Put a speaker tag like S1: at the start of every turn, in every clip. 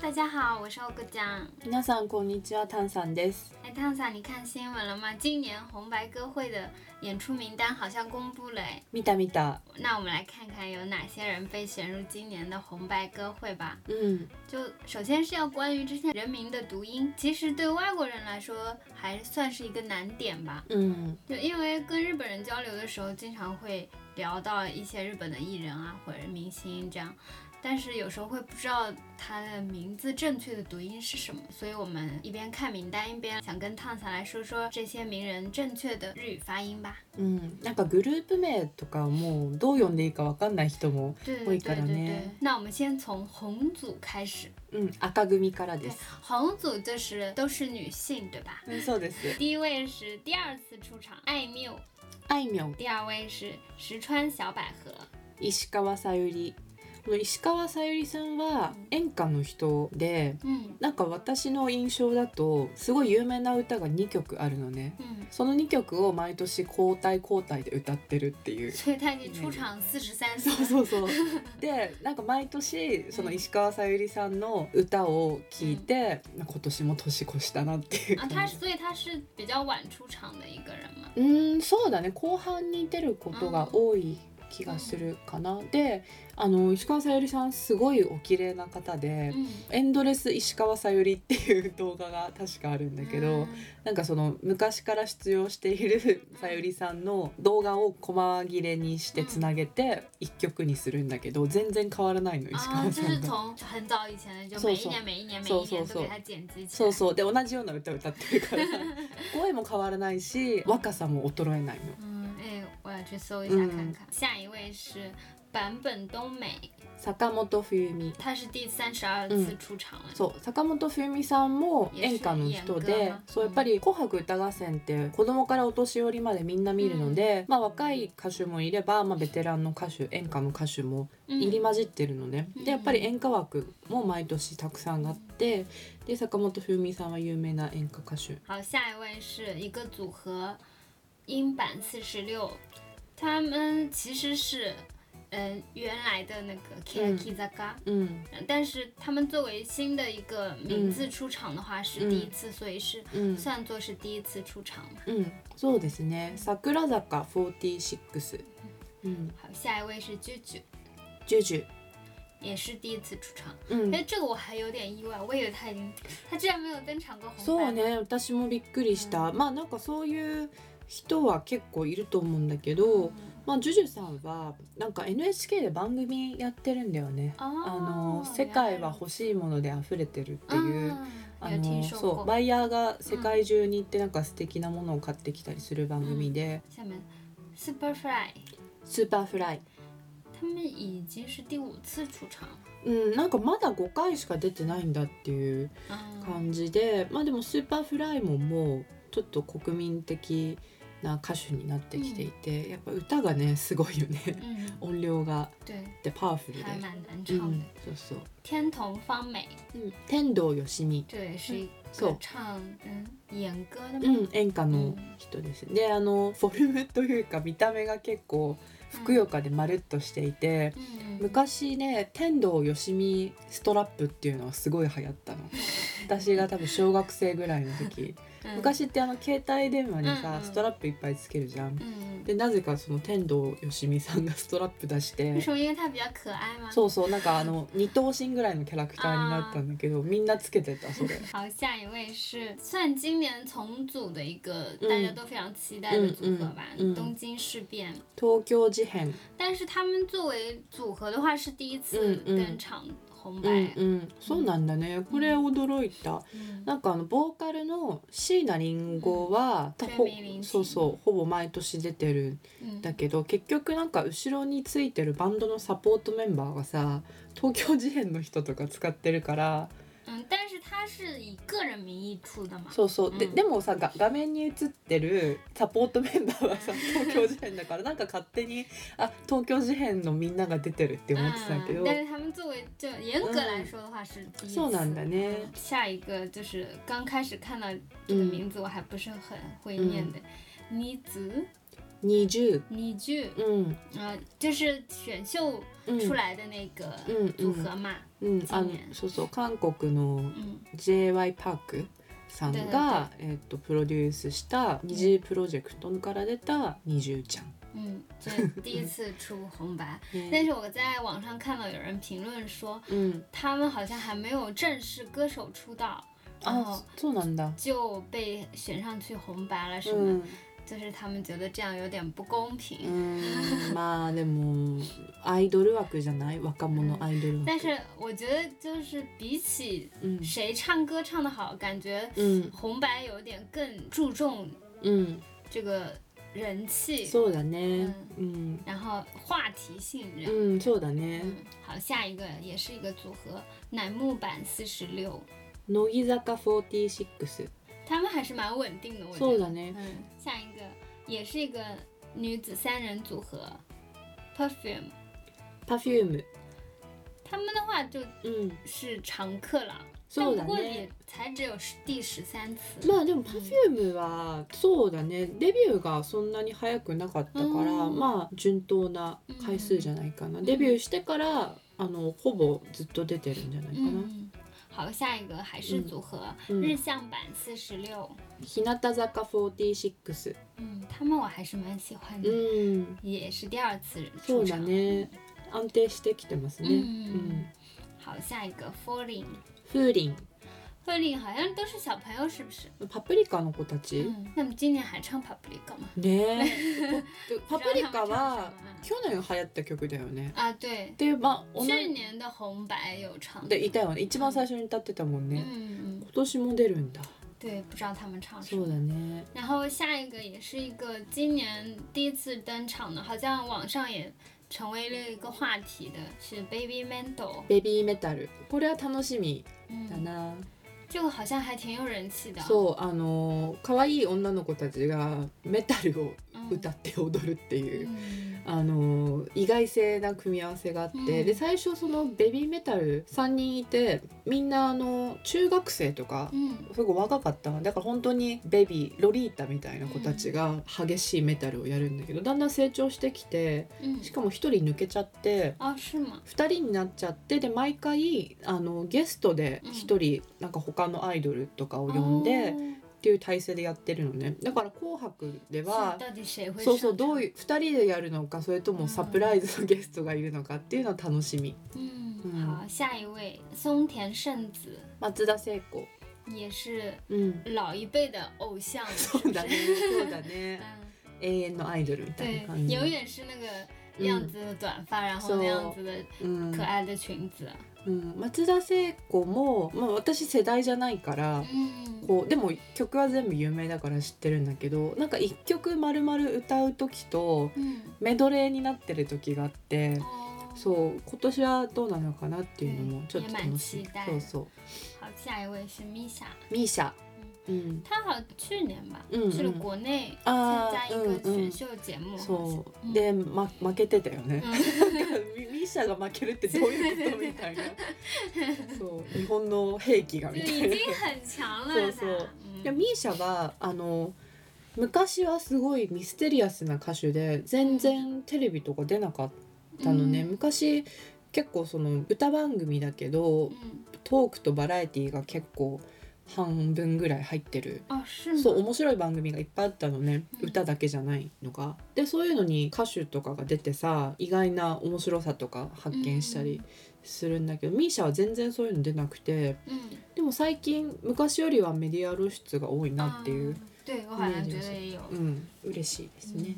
S1: 大家好，我是欧哥酱。
S2: 皆さんこんにちは、炭さんです。
S1: 哎，汤桑，你看新闻了吗？今年红白歌会的演出名单好像公布了哎，
S2: 見た見た。
S1: 那我们来看看有哪些人被选入今年的红白歌会吧。
S2: 嗯，
S1: 就首先是要关于这些人名的读音，其实对外国人来说还算是一个难点吧。
S2: 嗯，
S1: 就因为跟日本人交流的时候，经常会聊到一些日本的艺人啊或者明星这样，但是有时候会不知道他的名字正确的读音是什么，所以我们一边看名单一边想跟烫伞来说说这些名人正确的日语发音吧。
S2: うん、なんかグループ名とかもうどう読んでいいかわかんない人も、
S1: 对
S2: 我
S1: 对对
S2: 也看到
S1: 对
S2: 呢
S1: 对。那我们先从红组开始，
S2: うん、赤組からです。
S1: 红组就是都是女性对吧？
S2: うん、そうです。
S1: 第一位是第二次出场艾缪，
S2: あいみょん、
S1: 第二位是石川小百合，
S2: 石川さゆり。この石川さゆりさんは演歌の人で、
S1: 嗯
S2: なんか私の印象だとすごい有名な歌が2曲あるのね。
S1: 嗯。
S2: その2曲を毎年交代交代で歌ってるっていう。
S1: 所以他已经出场
S2: 嗯
S1: 四十三次
S2: そう
S1: 了。
S2: そうそうでなんか毎年その石川さゆりさんの歌を聞いて、まあ今年も年越したなっていう
S1: 啊，
S2: 感
S1: 他
S2: じ、
S1: 所以他是比较晚出场的一个人嘛。
S2: うーんそうだね後半に出ることが多い気がするかな、であの石川さゆりさんすごいお綺麗な方で、
S1: 嗯，
S2: エンドレス石川さゆりっていう動画が確かあるんだけど、
S1: 嗯
S2: なんかその昔から出場しているさゆりさんの動画を細切れにしてつなげて一曲にするんだけど全然変わらないの
S1: 嗯
S2: 石
S1: 啊，
S2: 川
S1: 就
S2: さん
S1: 是
S2: が。
S1: 从很早以前的，就
S2: 搜
S1: 每一
S2: 索
S1: 年、每一年、每
S2: 搜
S1: 一
S2: 索
S1: 年都
S2: 搜
S1: 给他剪辑起
S2: そ
S1: 来
S2: う。そうで同じような歌歌ってるから 声も変わらないし若さも衰えないの
S1: 嗯，哎，我要去搜一
S2: 嗯
S1: 下看看。下一位是坂本冬美，
S2: 坂本冬美
S1: 他是第三十二
S2: 嗯
S1: 次出场了。
S2: そう坂本冬美さんも演歌の人
S1: いやそう演歌
S2: で
S1: な
S2: そうやっぱり「紅白歌合戦」って子供からお年寄りまでみんな見るので、まあ、若い歌手もいれば、まあ、ベテランの歌手演歌の歌手も入り
S1: 嗯，
S2: 混じってるのね、
S1: うん
S2: でやっぱり演歌枠も毎年たくさんあってで坂本冬美さんは有名な演歌歌手
S1: 好，下一位是一个组合，英版四十六，他们其实是。嗯，原来的那个 Kira
S2: 嗯
S1: Kizaga，、
S2: うん
S1: 但是他们作为新的一个名字出场的话是第一次，所以是
S2: うん
S1: 算作是第一次出场嘛。
S2: うんそうですね桜坂46うん
S1: 好，下一位是啾啾，
S2: ジュジュ
S1: 也是第一次出场。
S2: うん
S1: 哎，这个我还有点意外，我以为他已经他居然没有登场过红
S2: そ
S1: 白。
S2: うね私もびっくりした、まあなんかそういう人は結構いると思うんだけど、まあ、ジュジュさんはなんか NHK で番組やってるんだよね。
S1: 哦，
S2: あの啊世界は欲しいもので溢れてるっていう、あ
S1: 啊有听
S2: の
S1: 说
S2: そう
S1: 过。
S2: バイヤーが世界中に行ってなんか素敵なものを買ってきたりする番組で、
S1: 下面 Superfly
S2: スーパーフライ、
S1: 他们已经是第五次出场了。
S2: うん、なんかまだ5回しか出てないんだっていう
S1: 嗯，
S2: 感じで、まあでもスーパーフライももうちょっと国民的な歌手になってきていて、やっぱ歌がねすごいよね
S1: 嗯，
S2: 音量が
S1: 对，
S2: でパワフルで
S1: 还、蛮难
S2: う
S1: 唱的。
S2: ん、そうそう、
S1: 天童方美。
S2: うん、天童よしみ
S1: 对，是一
S2: そう
S1: 个唱嗯演歌的
S2: う
S1: 吗？
S2: ん、演歌の人です、であのフォルムというか見た目が結構ふくよかでまるっとしていて、
S1: 嗯，
S2: 昔ね天童よしみストラップっていうのはすごい流行 ったの私が多分小学生ぐらいの時
S1: 嗯，
S2: 昔ってあの携帯電話にさ、
S1: うんうん
S2: ストラップいっぱいつけるじゃん
S1: 嗯，
S2: でなぜかその天童よしみさんがストラップ出し
S1: 为
S2: て
S1: 什么？因为它比较可爱吗？
S2: そうそうなんかあ の二等身ぐらいのキャラクターになったんだけどみんなつけてたそれ
S1: 好，下一位是算今年重组的一个
S2: 嗯
S1: 大家都非常期待的组合吧，
S2: 嗯嗯嗯
S1: 东京事变。
S2: 東京事変
S1: 但是他们作为组合的话是第一次
S2: 嗯嗯嗯
S1: 登场红白。
S2: うんうんそうなんだねこれ驚いた
S1: 嗯
S2: なんかあのボーカルの椎名林檎は、
S1: うん
S2: たほ
S1: 椎名林檎
S2: そうそうほぼ毎年出てるん
S1: 嗯
S2: だけど結局なんか後ろについてるバンドのサポートメンバーがさ東京事変の人とか使ってるから
S1: 嗯，但是他是以个人名义出的嘛。
S2: そうそうで,、
S1: うん
S2: でもさが画面に映ってるサポートメンバーは さ東京事変だからなんか勝手にあ東京事変のみんなが出てるって思ってたけど、
S1: 嗯，但是他们作为就严格
S2: 嗯
S1: 来说的话是第一次。
S2: そうなんだね。
S1: 下一个就是刚开始看到这个名字，我还不是很会念的，妮子
S2: 二十、
S1: 二十
S2: うん、
S1: 啊，就是选秀
S2: うん、
S1: 出来的那个
S2: うん
S1: 组合嘛，
S2: うん、あの
S1: 去年
S2: そうそう韓国の
S1: 嗯
S2: j y パークさんが、えっとプロデュースした二次プロジェクトから出た二十ちゃん。
S1: 嗯，这第一次出红白，但
S2: ね
S1: 是我在网上看到有人评论说，
S2: うん、
S1: 他们好像还没有正式歌手出道，然
S2: あ
S1: 后
S2: そうなんだ。
S1: 就被选上去红白了，什
S2: う
S1: 么、
S2: ん、
S1: 就是他们觉得这样有点不公
S2: う
S1: 平。
S2: ん、まあでもアイドル枠じゃない若者アイドル枠。
S1: 但是我觉得，就是比起
S2: うん、
S1: 谁唱歌唱得好，感觉
S2: うん、
S1: 红白有点更注重
S2: うん、
S1: 这个人气，
S2: そうだね。うん、
S1: 然后话题性这样。
S2: うん、そうだね。
S1: 嗯，好，下一个也是一个组合，乃木坂四十六，
S2: 乃木坂46。
S1: 他们还是蛮稳定的，我
S2: そ
S1: 觉
S2: う
S1: 得。
S2: だね。
S1: 嗯，下一个也是一个女子三人组合，Perfume，
S2: Perfume。
S1: 他们的话就
S2: うん、
S1: 是常客了，
S2: そ
S1: 但
S2: うだ
S1: 不过
S2: ね
S1: 也。才只有十第十三次。
S2: まあでも Perfume はそうだねデビューがそんなに早くなかったから、
S1: うん
S2: まあ順当な回数じゃないかな、デビューしてからあのほぼずっと出てるんじゃないかな、
S1: 嗯，好，下一个还是组合、
S2: 嗯
S1: 日向版四十六，
S2: 日向坂46
S1: 嗯，他们我还是蛮喜欢
S2: う
S1: 的，
S2: ん
S1: 也是第二次出
S2: そうだ
S1: 场。
S2: ね安定してきてます
S1: う
S2: ね、
S1: ん
S2: うん
S1: 好，下一个 Falling，
S2: 風鈴
S1: Falling 好像都是小朋友，是不是？
S2: パプリカの子たち、
S1: 嗯，那么今年还唱 Paprika 吗？
S2: ねえ パプリカ
S1: 不知道他们唱什
S2: は
S1: 么
S2: 去年流行った曲だよね
S1: 啊，对，
S2: でまあ同
S1: 去
S2: じ
S1: 年的红白有唱。
S2: でいたよね一番最初に歌ってたもんね、
S1: 嗯，嗯
S2: 今年も出るんだ
S1: 对，不知道他们唱什
S2: そ
S1: 么。
S2: うだね
S1: 然后下一个也是一个今年第一次登场的，好像网上也成为了一个话题的，是 Baby Mando。
S2: ベビーメタルこれは楽しみだ
S1: 嗯，
S2: な、
S1: 这个好像还挺有人气的。
S2: そうあのー可愛い女の子たちがメタルを
S1: 嗯，
S2: 歌って踊るっていう、
S1: 嗯
S2: あのー意外性な組み合わせがあって、
S1: うん
S2: で最初そのベビーメタル3人いてみんなあの中学生とか、
S1: 嗯
S2: すごい若かったのだから本当にベビーロリータみたいな子たちが激しいメタルをやるんだけどだんだん成長してきて
S1: 嗯
S2: し，かも1人抜けちゃって
S1: 哦，是吗？
S2: 2人になっちゃってで毎回あのゲストで1人、なんか他のアイドルとかを呼んでっていう体制でやってるのねだから「紅白」で
S1: 哦
S2: は
S1: 是到底谁会
S2: そうそう
S1: 上
S2: どう
S1: 场
S2: いう2人でやるのかそれともサプライズのゲストがいるのかっていうのは楽しみ
S1: 嗯，
S2: 嗯
S1: 好，下一位松田圣子
S2: 松田聖子
S1: 也是
S2: うん
S1: 老一辈的偶像了，是
S2: そ
S1: 不
S2: うだ
S1: 是？
S2: ねそうだね
S1: 嗯，
S2: 永遠のアイドルみたい
S1: 对
S2: な感，じ
S1: 永远是那个
S2: うん
S1: 样子的短发，然后那样子的
S2: うん
S1: 可愛的裙子。
S2: うん、松田聖子も、まあ、私世代じゃないから、
S1: 嗯，
S2: こうでも曲は全部有名だから知ってるんだけどなんか一曲丸々歌う時と
S1: 嗯，
S2: メドレーになってる時があって
S1: 哦，
S2: そう今年はどうなのかなっていうのもちょっと
S1: いやま
S2: 楽
S1: あ
S2: し
S1: 期
S2: い
S1: 待
S2: そうそう
S1: 好，下一位是 Misa，
S2: ミーシャ、うん、
S1: 她好像去年吧
S2: 嗯
S1: 去了
S2: 嗯
S1: 国内
S2: あ
S1: 参加一
S2: ー
S1: 个
S2: う
S1: 选
S2: んうん
S1: 秀节目，
S2: そううんで、ま、負けてたよね、
S1: 嗯
S2: ミミーシャが負けるってどういうことみた いなそう日本の兵器が
S1: 就
S2: みたい
S1: 已
S2: な。
S1: 经很强
S2: そう
S1: 了。 她
S2: そう
S1: 嗯
S2: いやミーシャはあの昔はすごいミステリアスな歌手で全然テレビとか出なかったのね、
S1: 嗯
S2: 昔結構その歌番組だけど
S1: 嗯，
S2: トークとバラエティが結構半分ぐらい入ってる。
S1: 哦，是吗？
S2: そう面白い番組がいっぱいあったのね、
S1: うん
S2: 歌だけじゃないのがでそういうのに歌手とかが出てさ意外な面白さとか発見したりするんだけど、ミーシャは全然そういうの出なくて
S1: 嗯，
S2: でも最近昔よりはメディア露出が多いなっていう
S1: 啊，对我好像觉得也有。嗯
S2: うん、嬉しいですね。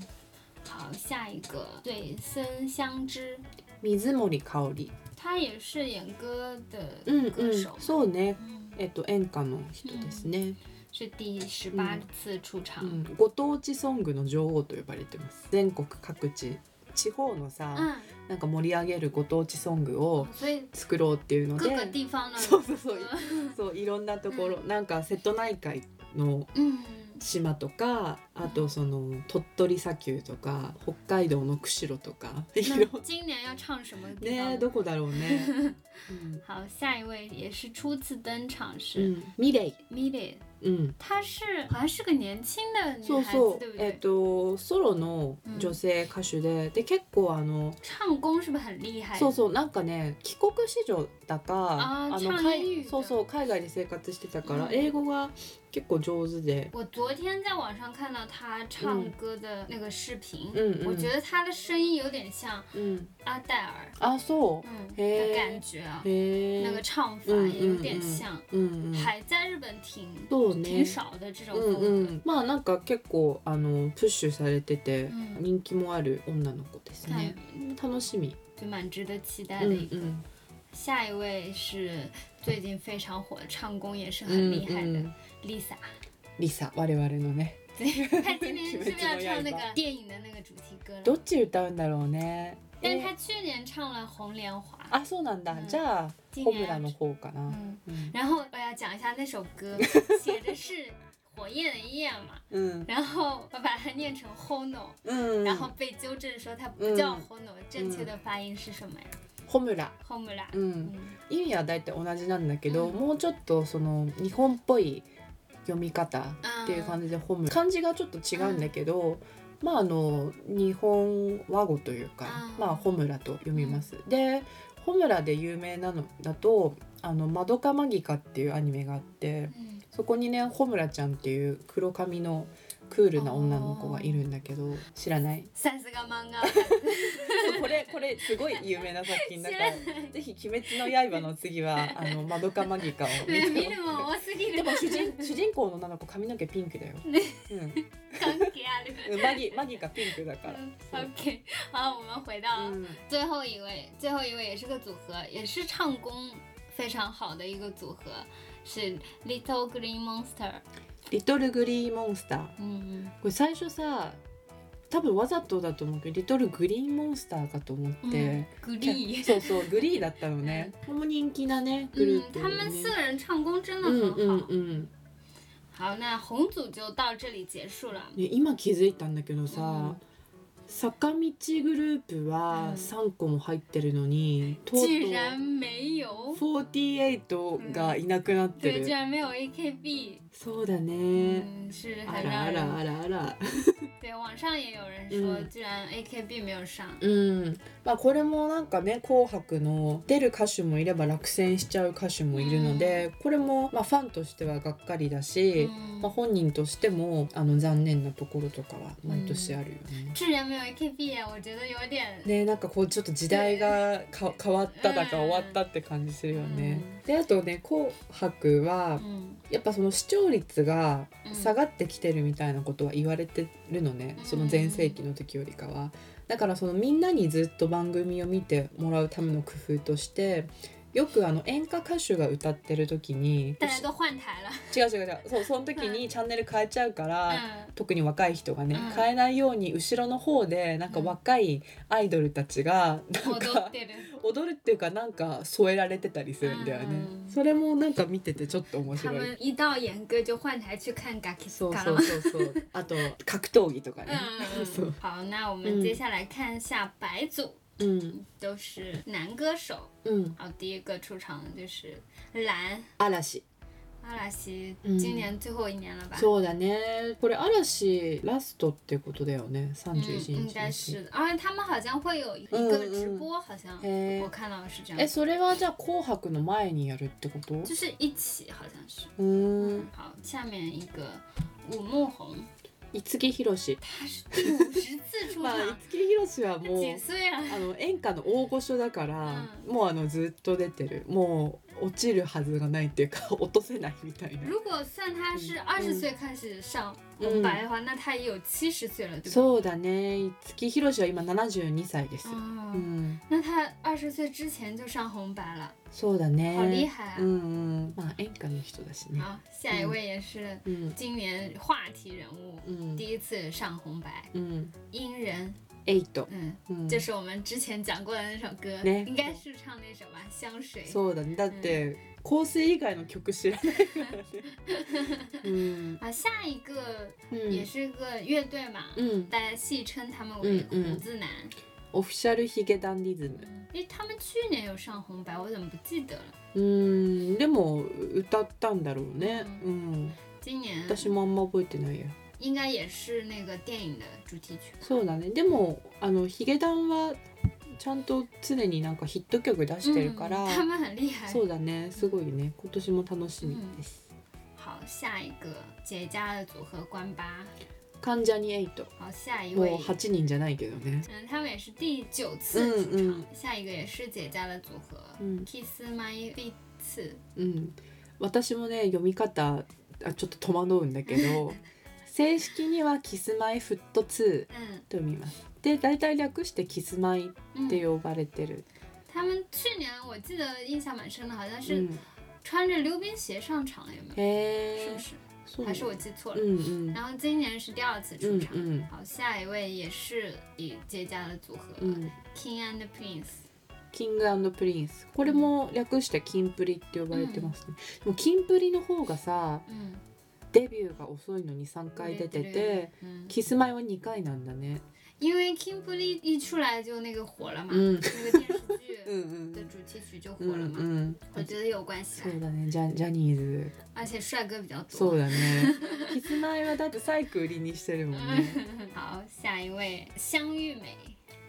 S1: 好，下一个对森香知，
S2: 水森かおり。
S1: 她也是演歌的
S2: うんう
S1: 歌
S2: ん
S1: 手，。
S2: そうね。
S1: 嗯，
S2: えっと演歌の人ですね。
S1: 是第十八
S2: 嗯
S1: 次出场
S2: う。ん、ご当地ソングの女王と呼ばれてます。全国各地、地方のさ、
S1: 嗯，
S2: なんか盛り上げるご当地ソングを
S1: 所以
S2: 作ろうっていうの
S1: 各个
S2: で、
S1: 地 方呢，
S2: そうそうそう
S1: 嗯
S2: そういろんなところ、なんか瀬戸内海の
S1: 嗯
S2: 島とかあとその鳥取砂丘とか北海道の釧路とかいろ
S1: 那今年要唱什么地方呢
S2: ねどこだろうね。うん
S1: 好，下一位也是初次登场
S2: う
S1: 是
S2: ん、ミレイ、
S1: Millie，
S2: うん、
S1: 她是好像是个年轻的女
S2: そう
S1: 孩子
S2: そ，
S1: 对不
S2: う、えっ
S1: 对？
S2: とソロの女性歌手で、で結構あの
S1: 唱功是不是很厉害？
S2: そうそうなんかね帰国子女だか
S1: あー
S2: あ
S1: チャ
S2: の
S1: ンリー
S2: 海
S1: だ
S2: そうそう海外で生活してたから、
S1: うん
S2: 英語が結構上手で、
S1: 我昨天在网上看到她唱歌的那个视频，
S2: 嗯嗯
S1: 我觉得她的声音有点像
S2: うん、
S1: 阿黛尔，
S2: あそう、
S1: 嗯的
S2: 嘿
S1: 感觉啊，
S2: へえ
S1: 那个唱法
S2: 嗯
S1: 也有点
S2: 嗯嗯嗯
S1: 像，
S2: うんうん
S1: 还在日本挺
S2: そうね
S1: 挺少的这种
S2: う
S1: 风
S2: んう
S1: 格。
S2: ん、まあなんか結構あのプッシュされてて、
S1: うん
S2: 人気もある女の子です
S1: 但
S2: ね、楽しみ、
S1: 就蛮值得期待的
S2: うんう
S1: 一个。
S2: ん、
S1: 下一位是最近非常火，唱功也是
S2: う
S1: 很
S2: ん
S1: 厉害的、
S2: うん
S1: Lisa。
S2: リサ我々のね
S1: 对，她今年是不是要唱那
S2: 鬼灭之刃
S1: 个电影的那个主题歌
S2: ど
S1: 了？
S2: っち歌うんだろうね
S1: 但是
S2: え
S1: 她去年唱了《红莲华》，
S2: あそうなんだ、
S1: うん
S2: じゃあ
S1: 今
S2: ホム
S1: 年
S2: ラ
S1: 要
S2: の方かな、
S1: 嗯。
S2: うん
S1: 然后我要讲一下那首 歌，写的是火焰的焰嘛，
S2: うん
S1: 然后我把它念成 hono，
S2: うん、
S1: 然后被纠正说它不叫
S2: 嗯
S1: hono，、正确的发音是什么呀
S2: ホムラ、
S1: ？homura。
S2: うん、
S1: 嗯
S2: 意味は大体同じなんだけど、
S1: うん
S2: もうちょっとその日本っぽい読み方
S1: 嗯
S2: っていう感じでホム漢字がちょっと違うんだけど、まああの日本和語というか、
S1: あー
S2: まあホムラと読みます。でホムラで有名なのだと「あのマドカマギカ」っていうアニメがあって
S1: 嗯，
S2: そこにねホムラちゃんっていう黒髪のクールな女の子がいるんだけど知らない
S1: 三十个漫画。
S2: これこれすごい有名な作品だか
S1: 知ら
S2: ら ぜひ「鬼滅の刃」の次は「あのマドカマギカ」を見て
S1: ね見
S2: ほしい
S1: るもん多すぎ
S2: で
S1: る
S2: も主人主人公の女の子髪の毛ピンクだよ。うん
S1: 関係ある。
S2: うん、マギマギがピンクだから。
S1: 啊嗯 OK，好，我们回到
S2: うん
S1: 最后一位，最后一位也是个组合，也是唱功非常好的一个组合，是 Little Green Monster。
S2: リトルグリーンモンスター。
S1: 嗯
S2: これ最初さ、多分わざとだと思うけど、リトルグリーンモンスターかと思って。
S1: 嗯，Green。
S2: そうそう、グリーだったのね。これも人気なね、グル
S1: 嗯
S2: ー，プ、
S1: 他们四
S2: ね。
S1: 个人唱功真的
S2: うんう
S1: 很
S2: ん
S1: 好。
S2: うん、ね、
S1: 好，那红组就到这里结束了。
S2: 今気づいたんだけど
S1: うん
S2: さ、坂道グループ
S1: う
S2: は
S1: ん
S2: 3個も入ってるのに、とうとう
S1: 居然没有，
S2: 48がいなくなって
S1: 对，
S2: る
S1: 居、然没有 AKB，
S2: そうだね、
S1: 嗯，是
S2: あ
S1: 很让人
S2: らあらあらあら。
S1: 对，网上也有人说，
S2: 嗯
S1: 居然 AKB 没有上。
S2: うん。まあこれもなんかね「紅白」の出る歌手もいれば落選しちゃう歌手もいるので、これもまあファンとしてはがっかりだし、
S1: 嗯
S2: まあ、本人としてもあの残念なところとかは毎年あるよね。
S1: 居然没有 AKB，我啊觉得有点。
S2: ね、なんかこうちょっと時代がか変わっただか
S1: うん
S2: 終わったって感じするよね。であとね「紅白」は
S1: 嗯
S2: やっぱその視聴率が
S1: 嗯
S2: 下がってきてるみたいなことは言われてるのね、
S1: うん
S2: その全盛期の時よりかは。だからそのみんなにずっと番組を見てもらうための工夫としてよくあの演歌歌手が歌ってる時に
S1: 大家都换台了。
S2: 違う違う違うそうその時にチャンネル変えちゃうから、
S1: 嗯
S2: 特に若い人がね、
S1: うん
S2: 変えないように後ろの方でなんか若いアイドルたちがなん
S1: 踊
S2: か
S1: ってる。
S2: 踊るっていうかなんか添えられてたりするんだよね、
S1: うん
S2: それもなんか見ててちょっと面
S1: 他
S2: 白い。
S1: 们一到演歌就换台去看 g a k i s
S2: そう
S1: k
S2: そうそうそう。あと格闘技とかね
S1: 嗯。嗯
S2: そう
S1: 嗯，好，那我们接下来看一下白组，
S2: うん
S1: 都是男歌手。
S2: うん。
S1: 好，第一个出场的就是蓝
S2: 嵐。
S1: 阿拉西，
S2: 嗯
S1: 今年最后一年了吧？
S2: そうだね。これ嵐ラストってことだよね。三
S1: 嗯
S2: 十一日。
S1: 应该是的。而且他们好像会有一个直播，好像
S2: へ
S1: 我
S2: ー
S1: 看到是这样
S2: え。それはじゃあ紅白の前にやるってこと？う
S1: 就是一起好像是。
S2: ー
S1: 嗯
S2: ん。，
S1: 好，下面一个武穆红，
S2: 五木ひろし。
S1: 他是第五十次 出
S2: まあ
S1: 场，
S2: 五木ひろしはもう
S1: 几岁啊了？
S2: あの演歌の大御所だから、もうあのずっと出てる。もう落ちるはずがないっていうか 落とせないみたいな。
S1: 如果算他是二十岁开始上红白的话，那他也有七十岁了，对吧？
S2: そうだね。五木ひろしは今七十二歳です。う
S1: 嗯，
S2: ん。
S1: 那他二十岁之前就上红白了，
S2: そうだね。
S1: 好厉害啊！
S2: うんうん。まあ演歌の人だしね。
S1: 好，下一位也是
S2: うん。
S1: 今年话题人物，
S2: うん
S1: 第。一次上红白，
S2: うん。
S1: 音人，
S2: エイト。
S1: 嗯，
S2: うん。
S1: 就是我们之前讲过的那首歌，
S2: ね
S1: 应该是唱那首吧，《香水》。
S2: そうだね。だって、香水以外の曲知らないからね。うん、
S1: 啊，下一个
S2: う
S1: 也
S2: ん、
S1: 是个乐队嘛，
S2: うん、
S1: 大家戏称他们为
S2: 嗯嗯
S1: 胡子男，
S2: オフィシャルヒゲダンディズム。
S1: 因为他们去年有上红白，我怎么不记得了？
S2: うん、でも歌ったんだろうね。
S1: う
S2: うん、
S1: 今年
S2: 私もあんま覚えてないや。
S1: 应该也是那个电影的主题曲。
S2: そうだね。でもあのヒゲダンはちゃんと常になんかヒット曲出してるから、
S1: 嗯、他们很厉害。
S2: そうだね。すごいね。今年も楽しみです。
S1: 好，下一个结痂的组合关八。
S2: 関ジャニエイト。
S1: 好，下一位
S2: もう。8人じゃないけどね。
S1: 嗯，他们也是第九次出场，
S2: 嗯
S1: 下一个也是结痂的组合、
S2: うん、
S1: Kiss My b e t
S2: うん、私もね読み方あちょっと戸惑うんだけ ど正式には「キスマイフット2
S1: 嗯”
S2: と読みます。で大体略して「キスマイ」って
S1: 嗯，
S2: 呼ばれてる。
S1: 他们去年我记得印象蛮深的，好像
S2: う
S1: 是
S2: ん
S1: 穿着溜冰鞋上场，有没有？是
S2: へ
S1: 不
S2: え。
S1: 是？
S2: そう
S1: 还是我记错了？
S2: うんうん
S1: 然后今年是第二次
S2: う
S1: 出
S2: ん
S1: 场。
S2: うん
S1: 好，下一位也是以结痂的组合、
S2: うん。
S1: King and Prince。
S2: キングプリンスこれも略して「キンプリ」って呼ばれてますね、でもキンプリの方がさ
S1: 嗯，
S2: デビューが遅いのに3回出てて
S1: 嗯，
S2: キスマイは2回なんだね、
S1: 因为 King b l y 一出来就那个火了嘛，
S2: 嗯
S1: 那个电视
S2: う
S1: 剧
S2: ん
S1: 的主题曲就火
S2: うんう
S1: 了
S2: ん
S1: 嘛，
S2: うん
S1: 我觉得有关系啊
S2: そ。うだねジャジャニーズ
S1: 而且帅哥比较多。
S2: そうだね キスマイはだってサイク売りにしてるもん ね
S1: 好，下一位香玉美，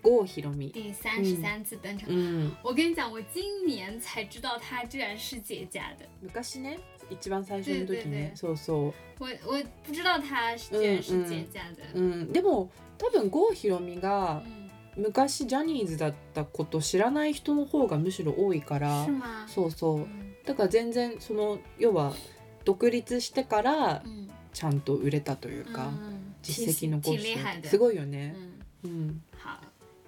S2: 郷ひろみ
S1: 第三十三次登场。
S2: うん
S1: 我跟你讲，我今年才知道她居然是结痂的，昔ね，
S2: 一番最初の時
S1: でで
S2: ね
S1: で
S2: そうそ
S1: 我我不知道她是居然是结痂的。
S2: う、うん、でも多分郷ひろみが
S1: 嗯，
S2: 昔ジャニーズだったこと知らない人の方がむしろ多いから
S1: 是吗？
S2: そうそう
S1: 嗯
S2: だから全然その要は独立してから
S1: 嗯
S2: ちゃんと売れたというか、
S1: 嗯，
S2: 実績残
S1: 挺
S2: し
S1: 挺厉害
S2: て
S1: 的。
S2: すごいよね、
S1: 嗯，
S2: うん、
S1: 好，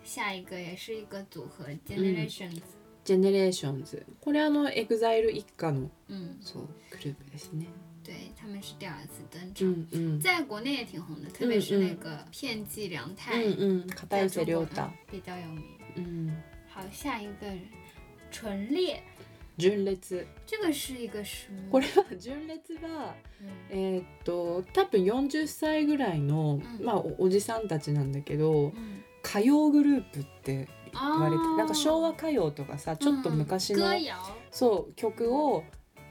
S1: 下一个也是一个组合 Generations。
S2: ジェネレーションズこれあのエグザイル一家の
S1: 嗯，
S2: そうグループですね
S1: 对，他们是第二次登
S2: う
S1: 场。
S2: んうん
S1: 在国内也挺红的，特别是那个片寄凉太，
S2: うんうん片
S1: 在
S2: 寄
S1: 中国
S2: 涼太
S1: 嗯比较有名。
S2: うん
S1: 好，下一个纯烈，
S2: 純烈
S1: 这个是一个什么？
S2: これは純烈は
S1: 嗯
S2: えーっと多分40歳ぐらいの、
S1: うん
S2: まあおおじさんたちなんだけど
S1: 嗯，
S2: 歌謡グループって言われて
S1: 哦
S2: なんか昭和歌謡とかさちょっと昔の、
S1: 歌谣，
S2: そう曲を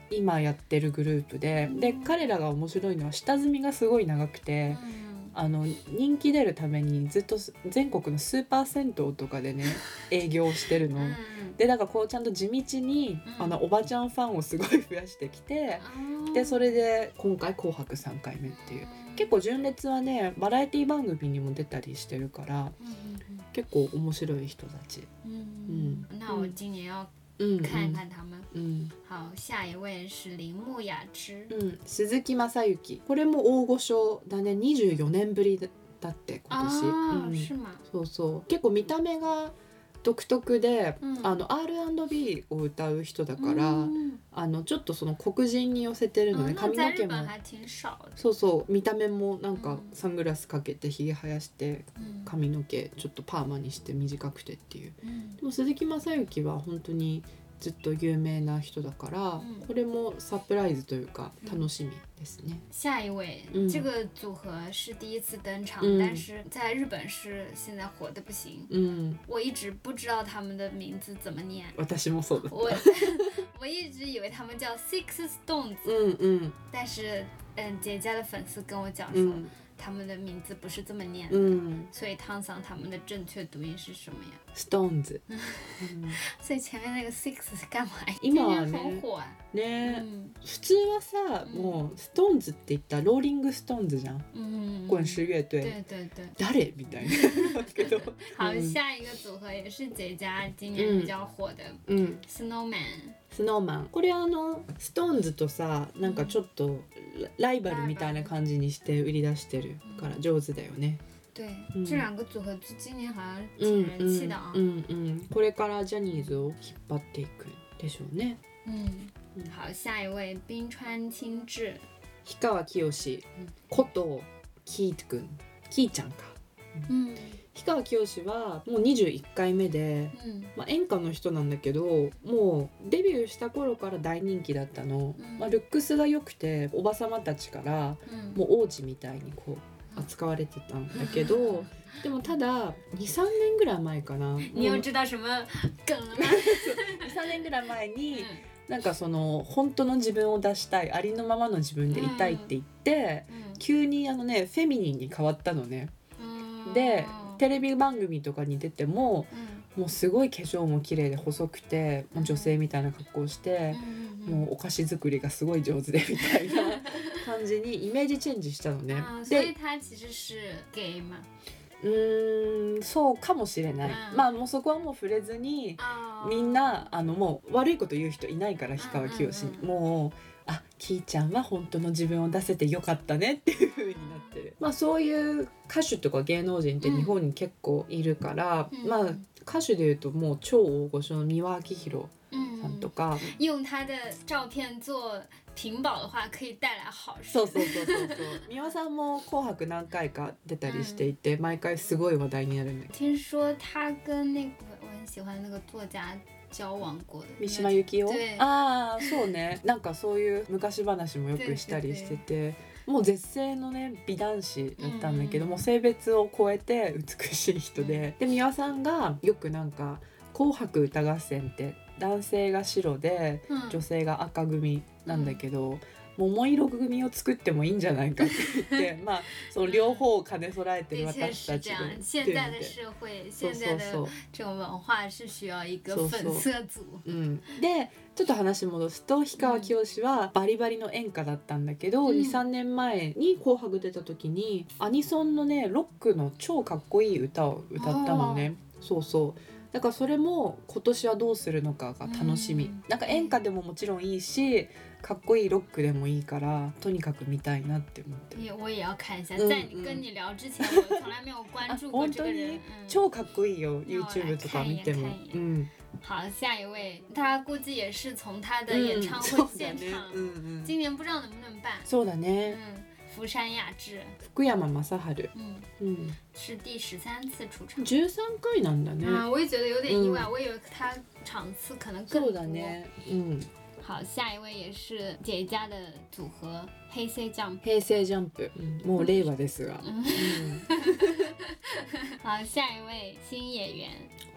S2: 今やってるグループでで彼らが面白いのは下積みがすごい長くて。
S1: 嗯，
S2: あの人気出るためにずっとす全国のスーパー銭湯とか でね営業してるの。
S1: 嗯，
S2: でなんかこうちゃんと地道に、
S1: うん
S2: あのおばちゃんファンをすごい増やしてきて、でそ
S1: れ
S2: れで今回「紅白」3回目っていう。結構純烈はねバラエティ番組にも出たりしてるから
S1: 嗯嗯
S2: 結構面白い人たち。
S1: 嗯嗯，那我今年要
S2: うん、
S1: 看一看他们。
S2: うん
S1: 好，下一位是铃木雅之，
S2: うん、鈴木雅之これも大御所だね24年ぶりだって今
S1: 啊
S2: 年、う，ん
S1: 是吗？
S2: そうそう結構見た目が独特で、
S1: 嗯，
S2: あの R&B を歌う人だから、
S1: 嗯
S2: あのちょっとその黒人に寄せてるので、
S1: 嗯那
S2: 髪
S1: 在
S2: の
S1: 日
S2: 毛
S1: 本
S2: も
S1: 还挺少的。
S2: そうそう見た目もなん
S1: う
S2: か
S1: ん
S2: サングラスかけてひげ生やして
S1: 嗯
S2: 髪の毛ちょっとパーマにして短くてっていう
S1: 嗯
S2: でも鈴木雅之は本当にずっと有名な人だから、
S1: うん
S2: これもサプライズというか
S1: うん
S2: 楽しみですね。
S1: 下一位、
S2: 嗯
S1: 这个组合是第一次登场，
S2: 嗯
S1: 但是在日本是现在火的不行。
S2: うん、
S1: 我一直不知道他们的名字怎么念，
S2: 私もそうだ。
S1: 我我一直以为他们叫 Six Stones，
S2: うんうん
S1: 但是嗯，姐姐的粉丝跟我讲
S2: う
S1: 说、
S2: ん
S1: 他们的名字不是这么念
S2: 嗯
S1: 的。
S2: うん。
S1: 所以汤桑他们的正确读音是什么呀？
S2: ストーンズ。
S1: 所以前面那个 six 是干嘛？今
S2: 今
S1: 年
S2: はね
S1: 很火、啊。
S2: ね
S1: 嗯
S2: 普通はさ
S1: うん
S2: もうストーンズって言ったらローリングストーンズじゃん。
S1: 嗯，
S2: 滚石乐队。
S1: 对对对。
S2: 誰みたいなだけ ど。
S1: 好，
S2: 嗯
S1: 下一个组合也是姐家今年比较火的、
S2: うん。
S1: Snowman。
S2: スノーマン。これあのストーンズとさなんかちょっとライバルみたいな感じにして売り出してるから上手だよね。
S1: 对，
S2: 嗯
S1: 这两个组合今年好像是
S2: うん
S1: 挺人气的啊。
S2: うんうんうん。これからジャニーズを引っ張っていくでしょうね。
S1: 嗯
S2: 嗯
S1: 好，下一位冰川清志，
S2: 氷川きよし
S1: うん
S2: ことキーくんキーちゃんか。
S1: 嗯，
S2: 氷川きよしはもう21回目で、
S1: うん
S2: まあ、演歌の人なんだけどもうデビューした頃から大人気だったの、
S1: うん
S2: まあ、ルックスが良くておばさまたちから
S1: うん
S2: もう王子みたいにこう扱われてたんだけどでもただ23年ぐらい前かなもう
S1: 你又
S2: 23
S1: 知道什么梗了吗？
S2: 年ぐらい前に
S1: 嗯
S2: なんかその本当の自分を出したいありのままの自分でいたいって言って、急にあのねフェミニンに変わったのね。
S1: 嗯
S2: で
S1: 嗯
S2: テレビ番組とかに出ても
S1: 嗯
S2: もうすごい化粧も綺麗で細くてもう女性みたいな格好をして
S1: 嗯、嗯嗯
S2: もうお菓子作りがすごい上手でみたいな 感じにイメージチェンジしたのね。
S1: 啊，所以
S2: で
S1: 他其实是 gay 嘛。
S2: うーんそうかもしれない、
S1: うん
S2: まあもうそこはもう触れずに
S1: 啊
S2: みんなあのもう悪いこと言う人いないから氷川きよしに、
S1: うんうん
S2: もうあきーちゃんは本当の自分を出せてよかったねっていう風になってる、まあ、そういう歌手とか芸能人って日本に結構いるから、
S1: うん
S2: まあ歌手でいうともう超大御所の三輪明宏さん
S1: 嗯
S2: と，か、
S1: 用他的照片做屏保的话，可以带来好事。
S2: そうそうそうそうそう三輪さんも「紅白」何回か出たりしていて、毎回すごい話題になるんだけど
S1: 听说他跟那个我很喜欢那个作家交往过的，
S2: 三島由紀夫
S1: 对
S2: ああそうねなんかそういう昔話もよくしたりしててもう絶世のね美男子だったんだけど、
S1: うんうん
S2: もう性別を超えて美しい人で、で美輪さんがよくなんか「紅白歌合戦」って男性が白で
S1: 嗯
S2: 女性が赤組なんだけど。桃色組を作ってもいいんじゃないかって言 ってまあその両方を兼ね備えてる
S1: 的确
S2: 私
S1: 是
S2: た
S1: 这
S2: ちで
S1: 样。现在的社会，
S2: そう
S1: 现在
S2: そうそう
S1: 的这种文化是需要一
S2: そ
S1: 个
S2: うそう
S1: 粉色组。
S2: うん、でちょっと話戻すと氷川きよしはバリバリの演歌だったんだけど、
S1: うん
S2: 23年前に「紅白」出た時にアニソンのねロックの超かっこいい歌を歌ったのねそうそうだからそれも今年はどうするのかが楽しみ、
S1: うん
S2: なんか演歌でももちろんいいしかっこいいロックでもいいからとにかく見たいなって思ってる
S1: 也我也要看一下，
S2: 嗯
S1: 在你
S2: 嗯啊
S1: 跟你聊之前，我从来没有关注过
S2: 本
S1: 这
S2: 当
S1: 个
S2: に
S1: 人。嗯
S2: 超かっこいいよ
S1: 要
S2: YouTube とか見ても
S1: 看一眼看一眼
S2: うん
S1: 好，下一位，他估计也是从他的
S2: う
S1: 演
S2: ん
S1: 唱会
S2: そうだ
S1: 现
S2: ね
S1: 场，
S2: うんうん
S1: 今年不知道能不能办。
S2: そうだね
S1: 嗯，福山雅治，
S2: 福山雅治
S1: 嗯，
S2: うん
S1: 是第十三次出场。
S2: 13回なんだね、
S1: 啊，我也觉得有点意外，我以为他场次可能更
S2: そう
S1: 多。
S2: だね、うん、
S1: 好，下一位也是姐姐家的组合黑 C Jump。
S2: 平成ジャンプ、もう令和ですが、
S1: うん好，下一位新演员。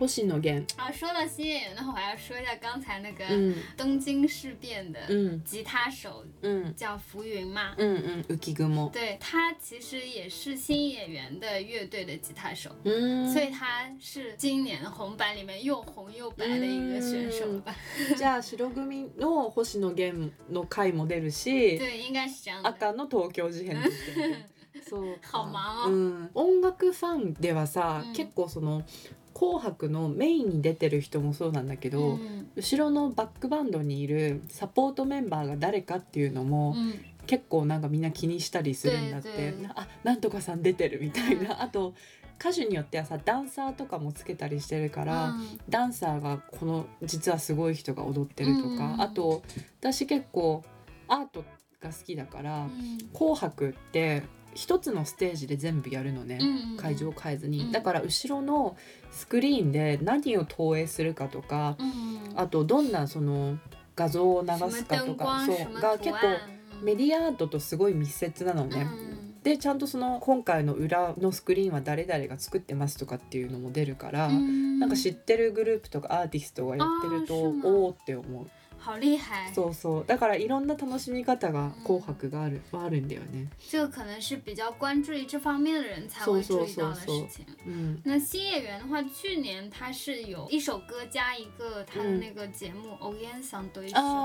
S2: 星野源
S1: 啊，说到新演员的话，我还要说一下刚才那
S2: う
S1: 个
S2: ん
S1: 东京事变
S2: う
S1: 的
S2: ん
S1: 吉他手
S2: うん
S1: 叫浮云嘛。
S2: うんうん浮雲
S1: 对他其实也是新演员的乐队的吉他手，
S2: うーん
S1: 所以他是今年红白里面又红又白的一个选手了吧？
S2: じゃあ白組の星野源の回も出るし
S1: 对，应该是这样的。
S2: 赤の東京事変ですよね そうか
S1: 好忙哦
S2: うん、音楽ファンではさ、
S1: うん
S2: 結構その「紅白」のメインに出てる人もそうなんだけど、
S1: 嗯
S2: 後ろのバックバンドにいるサポートメンバーが誰かっていうのも、
S1: 嗯，
S2: 結構なんかみんな気にしたりするんだって
S1: でで
S2: あなんとかさん出てるみたいな、
S1: う
S2: あと歌手によってはさダンサーとかもつけたりしてるから、
S1: 嗯
S2: ダンサーがこの実はすごい人が踊ってるとか、
S1: うん
S2: あと私結構アートが好きだから「
S1: 嗯
S2: 紅白」って一つのステージで全部やるのね。
S1: 嗯，
S2: 会場を変えずに、
S1: うん
S2: だから後ろのスクリーンで何を投影するかとか、
S1: 嗯，
S2: あとどんなその画像を流
S1: 什么
S2: すかと
S1: 灯
S2: か
S1: 光
S2: そ
S1: 什么
S2: うが
S1: 图
S2: 結構
S1: 案，嗯
S2: メディアアートとすごい密接なのね。
S1: 嗯
S2: でちゃんとその今回の裏のスクリーンは誰々が作ってますとかっていうのも出るから、
S1: 嗯，
S2: なんか知ってるグループとかアーティストがやってると
S1: あーそうなん
S2: おおって思う
S1: 好厉害，
S2: そうそうだからいろんな楽しみ方が「紅白」があるはあるんだよね。
S1: 这可能是比较关注于这方面的人才会注
S2: 搜搜
S1: 意到的
S2: 搜搜
S1: 事情。
S2: うん
S1: 那新演员的话，去年他是有一首歌加一个他的
S2: 嗯
S1: 那个节目《偶然想对手》，
S2: ああ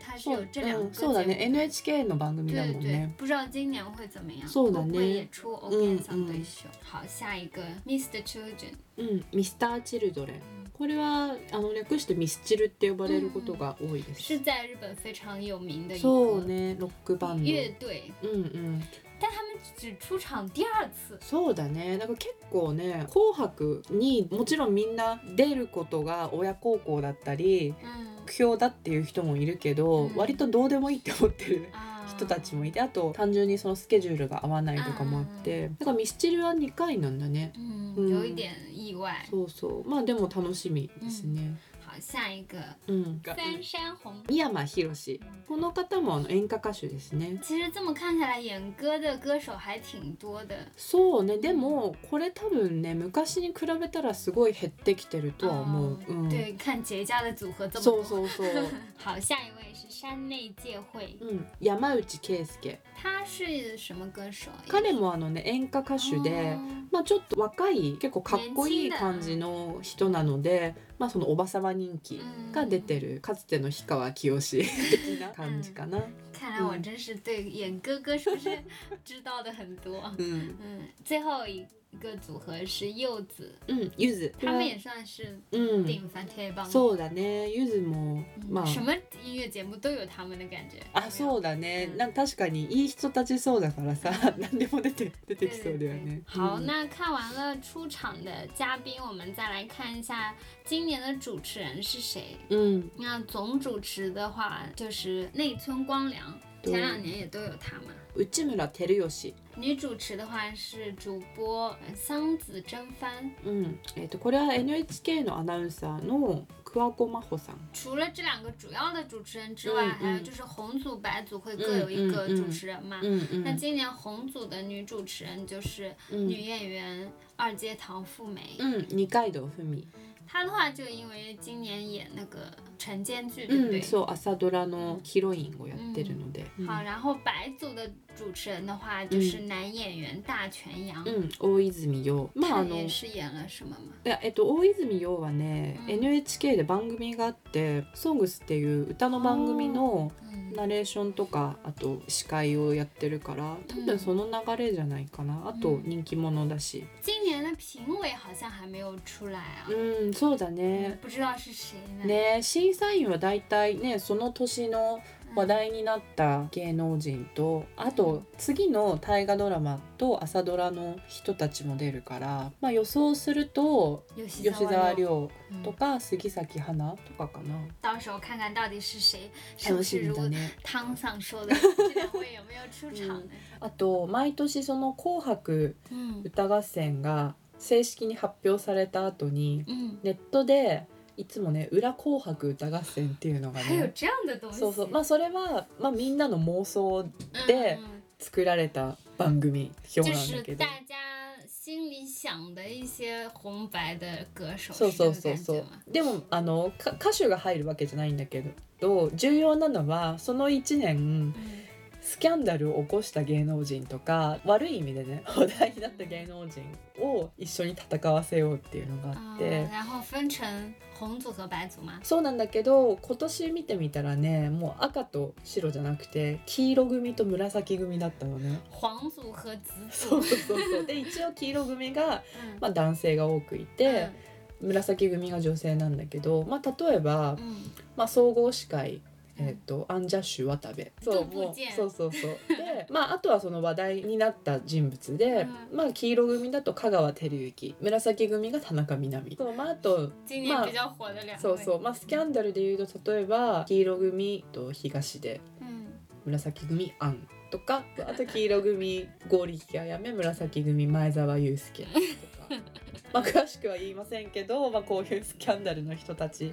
S1: 他是
S2: そ
S1: 有
S2: う,、
S1: 这两
S2: う
S1: 个
S2: ん、
S1: 节
S2: そう
S1: 目。
S2: だね NHK の番組だ
S1: 对
S2: もん
S1: 对
S2: ね。，
S1: 不知道今年会怎么样，
S2: そうだ
S1: 会
S2: ね
S1: 不会也出《偶
S2: 嗯
S1: 然想对
S2: 嗯
S1: 手》。好，下一个 Mr. Children。
S2: うん、ミスターチルドレンこれはあの略してミスチルって呼ばれることが多いです。
S1: 是在日本非常有名的一
S2: そう
S1: 个
S2: ねロックバンド。
S1: 乐队，
S2: うんうん、
S1: 但他们只出场第二次。
S2: そうだねなんか結構ね「紅白」にもちろんみんな出ることが親孝行だったり
S1: 嗯
S2: 目標だっていう人もいるけど、
S1: うん
S2: 割とどうでもいいって思ってる
S1: 啊，
S2: 人たちもいてあと単純にそのスケジュールが合わないとかもあってだからミスチルは2回なんだね
S1: 嗯，
S2: 嗯
S1: 有一点意外。
S2: そうそうまあでも楽しみですね
S1: 好，下一个
S2: うん
S1: 三山红。
S2: 三山ひろしこの方もあの演歌歌手ですね
S1: 其实这么看下来，演歌的歌手还挺多的。
S2: そうねでもこれ多分ね昔に比べたらすごい減ってきてる
S1: 啊
S2: とは思う、う
S1: 嗯
S2: ん、
S1: 对，看结痂的组合这么
S2: そう
S1: 多。
S2: そう そう、
S1: 好，下一位是山内介惠，
S2: うん、山内圭介
S1: 他是什么歌手呀？
S2: 彼もあのね演歌歌手で、
S1: 哦
S2: まあ、ちょっと若い結構かっこい
S1: 年轻
S2: い
S1: だ
S2: 感じの人なので、まあ、そのおばさま人気が出てるかつての氷川きよし的な感じかな。
S1: 嗯看来我真是对演歌歌手是知道的很多。
S2: うん、
S1: 嗯，最后一个组合是柚子，
S2: うん、ゆず
S1: 他们也算是
S2: うん、
S1: 顶翻贴帮。
S2: そうだねゆずも
S1: 嗯
S2: まあ
S1: 什么音乐节目都有他们的感觉。
S2: あ
S1: 有
S2: そうだね、
S1: うん
S2: なんか確かにいい人たちそうだからさ、何でも出て出て
S1: 没有。
S2: きそうだ
S1: 对
S2: よね。
S1: 好，
S2: うん
S1: 那看完了出场的嘉宾，我们再来看一下今年的主持人是谁。
S2: うん、
S1: 那总主持的话就是内村光良，
S2: 对
S1: 前两年也都有他嘛。
S2: 内村光良
S1: 女主持的话是主播呃桑子真帆。
S2: うんえー、とこれは NHK のアナウンサーの桑子真帆さん。
S1: 除了这两个主要的主持人之外，
S2: 嗯嗯
S1: 还有就是红组、白组会各有一个主持人嘛。
S2: ん
S1: 那今年红组的女主持人就是
S2: うん
S1: 女演员二阶堂富美，
S2: うん、二階堂ふみ、
S1: 她的话就因为今年演那个晨间剧，对不
S2: う
S1: 对？
S2: ん、そう朝ドラのヒロインをやってるので、うん
S1: 好，然后白组的主持人的话
S2: 嗯
S1: 就是男演员大泉洋，
S2: うん大泉洋まあ
S1: 他
S2: あの
S1: 也
S2: い
S1: 是演了什么嘛？
S2: や、えっと、大泉洋はね、
S1: うん
S2: NHK で番組があって「SONGS」っていう歌の番組の
S1: 嗯，
S2: ナレーションとかあと司会をやってるから多分その流れじゃないかな、あと人気者だし
S1: 今年的评委好像还没有出来啊，
S2: うんそうだね、
S1: 不知道是谁呢。
S2: ね審査員は大体ねその年の
S1: 嗯
S2: 話題になった芸能人とあと次の大河ドラマと朝ドラの人たちも出るから、まあ、予想すると
S1: 吉
S2: 吉
S1: 亮，
S2: 沢亮
S1: 嗯
S2: とか杉咲花とかかな
S1: 到时候看看到底是谁，是不
S2: 楽し
S1: 是
S2: み
S1: 如
S2: だね。
S1: 汤桑说的 这两位有没有出场呢？
S2: あと毎年その「紅白
S1: 嗯
S2: 歌合戦」が正式に発表された後に
S1: 嗯，
S2: ネットでいつもね「裏紅白歌合戦」っていうのが
S1: 嗯还有
S2: ね
S1: 这样的东西，
S2: そうそうまあそれは、まあ、みんなの妄想
S1: 嗯
S2: 对
S1: 嗯
S2: 作られた番組
S1: 就
S2: 表なん
S1: 是
S2: だけど。
S1: 大家心里想的一些红白的歌手，
S2: そう
S1: 是这
S2: そう
S1: 个
S2: そう
S1: 感
S2: そ
S1: 觉
S2: う
S1: 吗？
S2: でもあのか歌手が入るわけじゃないんだけど重要なのはその1年
S1: 嗯
S2: スキャンダルを起こした芸能人とか悪い意味でね話題になった芸能人を一緒に戦わせようっていうのがあ
S1: 啊
S2: って。
S1: 然后分成红组和白组嘛。
S2: そうなんだけど今年見てみたらねもう赤と白じゃなくて黄色組と紫組だったのね。
S1: 黄组和紫
S2: そ
S1: 组
S2: うそうそうそう で一応黄色組が、
S1: 嗯，
S2: まあ、男性が多くいて、紫組が女性なんだけど、まあ、例えば
S1: 嗯，嗯
S2: まあ、総合司会、
S1: 嗯
S2: えっとアンジャッシュ渡部そう
S1: 杜
S2: も
S1: 甫
S2: う
S1: 健
S2: そうそう そうで、まあ、あとはその話題になった人物で、
S1: うん
S2: まあ、黄色組だと香川照之紫組が田中みな実そう、まあ、あと
S1: 今
S2: ま
S1: 年
S2: あ
S1: 比较火的两位，
S2: そうそう、まあ、スキャンダルでいうと例えば黄色組と東出
S1: 嗯
S2: 紫組アンとかあと黄色組剛力あやめ紫組前澤友介 とか。まあ、詳しくは言いませんけど、まあ、こういうスキャンダルの人たち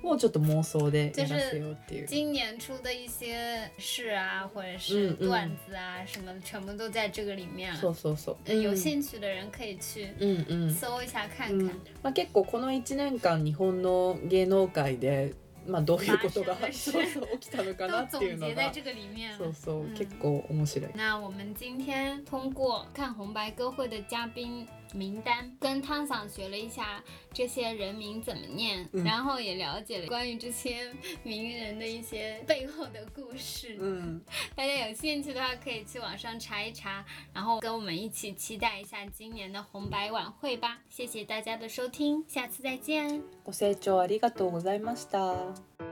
S1: 嗯。
S2: をちょっと妄想でやらせようっていう。
S1: 今年出的一些事啊，或者
S2: 嗯
S1: 是
S2: 嗯
S1: 段子啊、什么的，全部都在这个里面
S2: そう
S1: 了。
S2: そうそう。
S1: 呃有興趣的人可以去
S2: うんうん。
S1: 搜一下看
S2: うん
S1: 看。
S2: まあ結構この1年間日本の芸能界でまあどういうことが
S1: まあ
S2: そうそう起きたのかな
S1: 都
S2: っ
S1: 总
S2: ていうの
S1: 结在
S2: が
S1: 这个里面
S2: そ
S1: 了
S2: う。そう
S1: 嗯
S2: 結構面白い。
S1: 那我们今天通过看红白歌会的嘉宾名单，跟汤桑学了一下这些人名怎么念，
S2: 嗯
S1: 然后也了解了关于这些名人的一些背后的故事。
S2: うん。
S1: 大家有兴趣的话，可以去网上查一查，然后跟我们一起期待一下今年的红白晚会吧。谢谢大家的收听，下次再见。
S2: ご清聴ありがとうございました。